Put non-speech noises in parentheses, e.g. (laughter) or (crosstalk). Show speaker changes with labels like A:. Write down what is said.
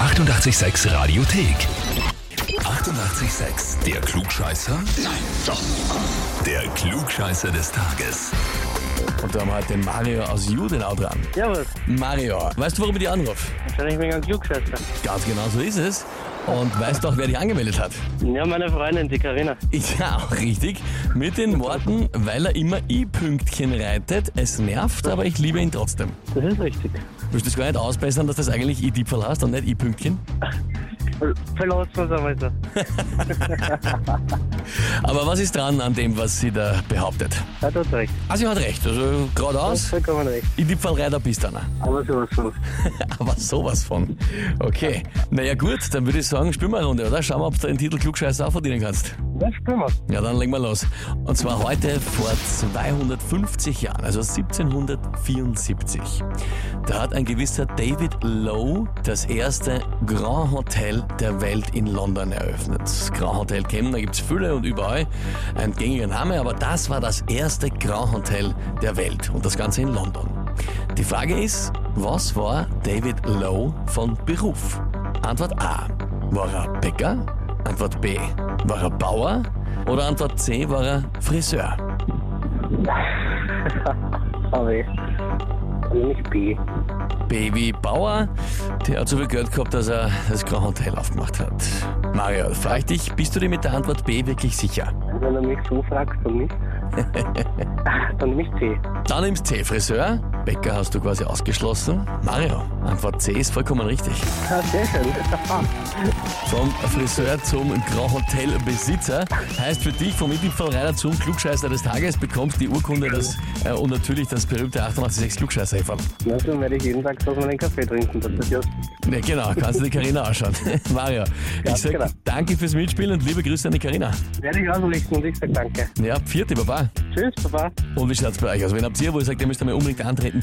A: 886 Radiothek. 88,6. Der Klugscheißer? Nein, doch. Der Klugscheißer des Tages.
B: Und da haben wir heute den Mario aus Judenau dran.
C: Servus,
B: Mario, weißt du, warum ich dich anrufe?
C: wahrscheinlich wegen einem Klugscheißer.
B: Ganz genau so ist es. Und weißt auch, wer dich angemeldet hat?
C: Ja, meine Freundin, die Karina.
B: Ja, auch richtig. Mit den Worten, weil er immer i-Pünktchen reitet. Es nervt, aber ich liebe ihn trotzdem.
C: Das ist richtig.
B: Willst du es gar nicht ausbessern, dass das eigentlich i-Dipfel hast und nicht i-Pünktchen?
C: Verlassen wir uns einmal so.
B: Aber was ist dran an dem, was sie da behauptet?
C: Hat uns recht.
B: Ah, sie hat recht. Also
C: Hast
B: geradeaus,
C: vollkommen recht.
B: i-Dipfel reiter bist du einer.
C: Aber sowas von.
B: (laughs) Aber sowas von. Okay. Naja gut, dann würde ich sagen, spielen wir eine Runde, oder? Schauen wir, ob du den Titel Klugscheißer auch verdienen kannst.
C: Na, spielen wir.
B: Ja, dann legen wir los. Und zwar heute vor 250 Jahren, also 1774. Da hat ein gewisser David Lowe das erste Grand Hotel der Welt in London eröffnet. Das Grand Hotel kennen, da gibt's viele und überall ein gängiger Name, aber das war das erste Grand Hotel der Welt und das Ganze in London. Die Frage ist, was war David Lowe von Beruf? Antwort A. War er Bäcker? Antwort B. War er Bauer? Oder Antwort C. War er Friseur?
C: Aber ich. Nämlich B.
B: Baby Bauer, der hat so viel Geld gehabt, dass er das Grand Hotel aufgemacht hat. Mario, frage ich dich, bist du dir mit der Antwort B wirklich sicher?
C: Wenn du mich so fragst und nicht, (laughs) dann nämlich C.
B: Dann nimmst C. Friseur. Bäcker hast du quasi ausgeschlossen. Mario, Antwort C ist vollkommen richtig.
C: Ah, sehr schön.
B: Vom Friseur zum Grand Hotel Besitzer. Heißt für dich vom Mittelfallreiter zum Klugscheißer des Tages bekommst die Urkunde das, äh, und natürlich das berühmte 886 klugscheißer -Häferl.
C: Na, so werde ich jeden Tag so meinen Kaffee trinken. Das ist ja.
B: Ne, genau, kannst du die Karina anschauen. (laughs) Mario, ich
C: Ganz
B: sag
C: genau.
B: danke fürs Mitspielen und liebe Grüße an die Karina.
C: Werde ich ausrichten und ich sag danke.
B: Ja, vierte Baba.
C: Tschüss, Papa.
B: Und wie schaut's bei euch aus? Wenn habt ihr, wo ihr sagt, ihr müsst einmal unbedingt antreten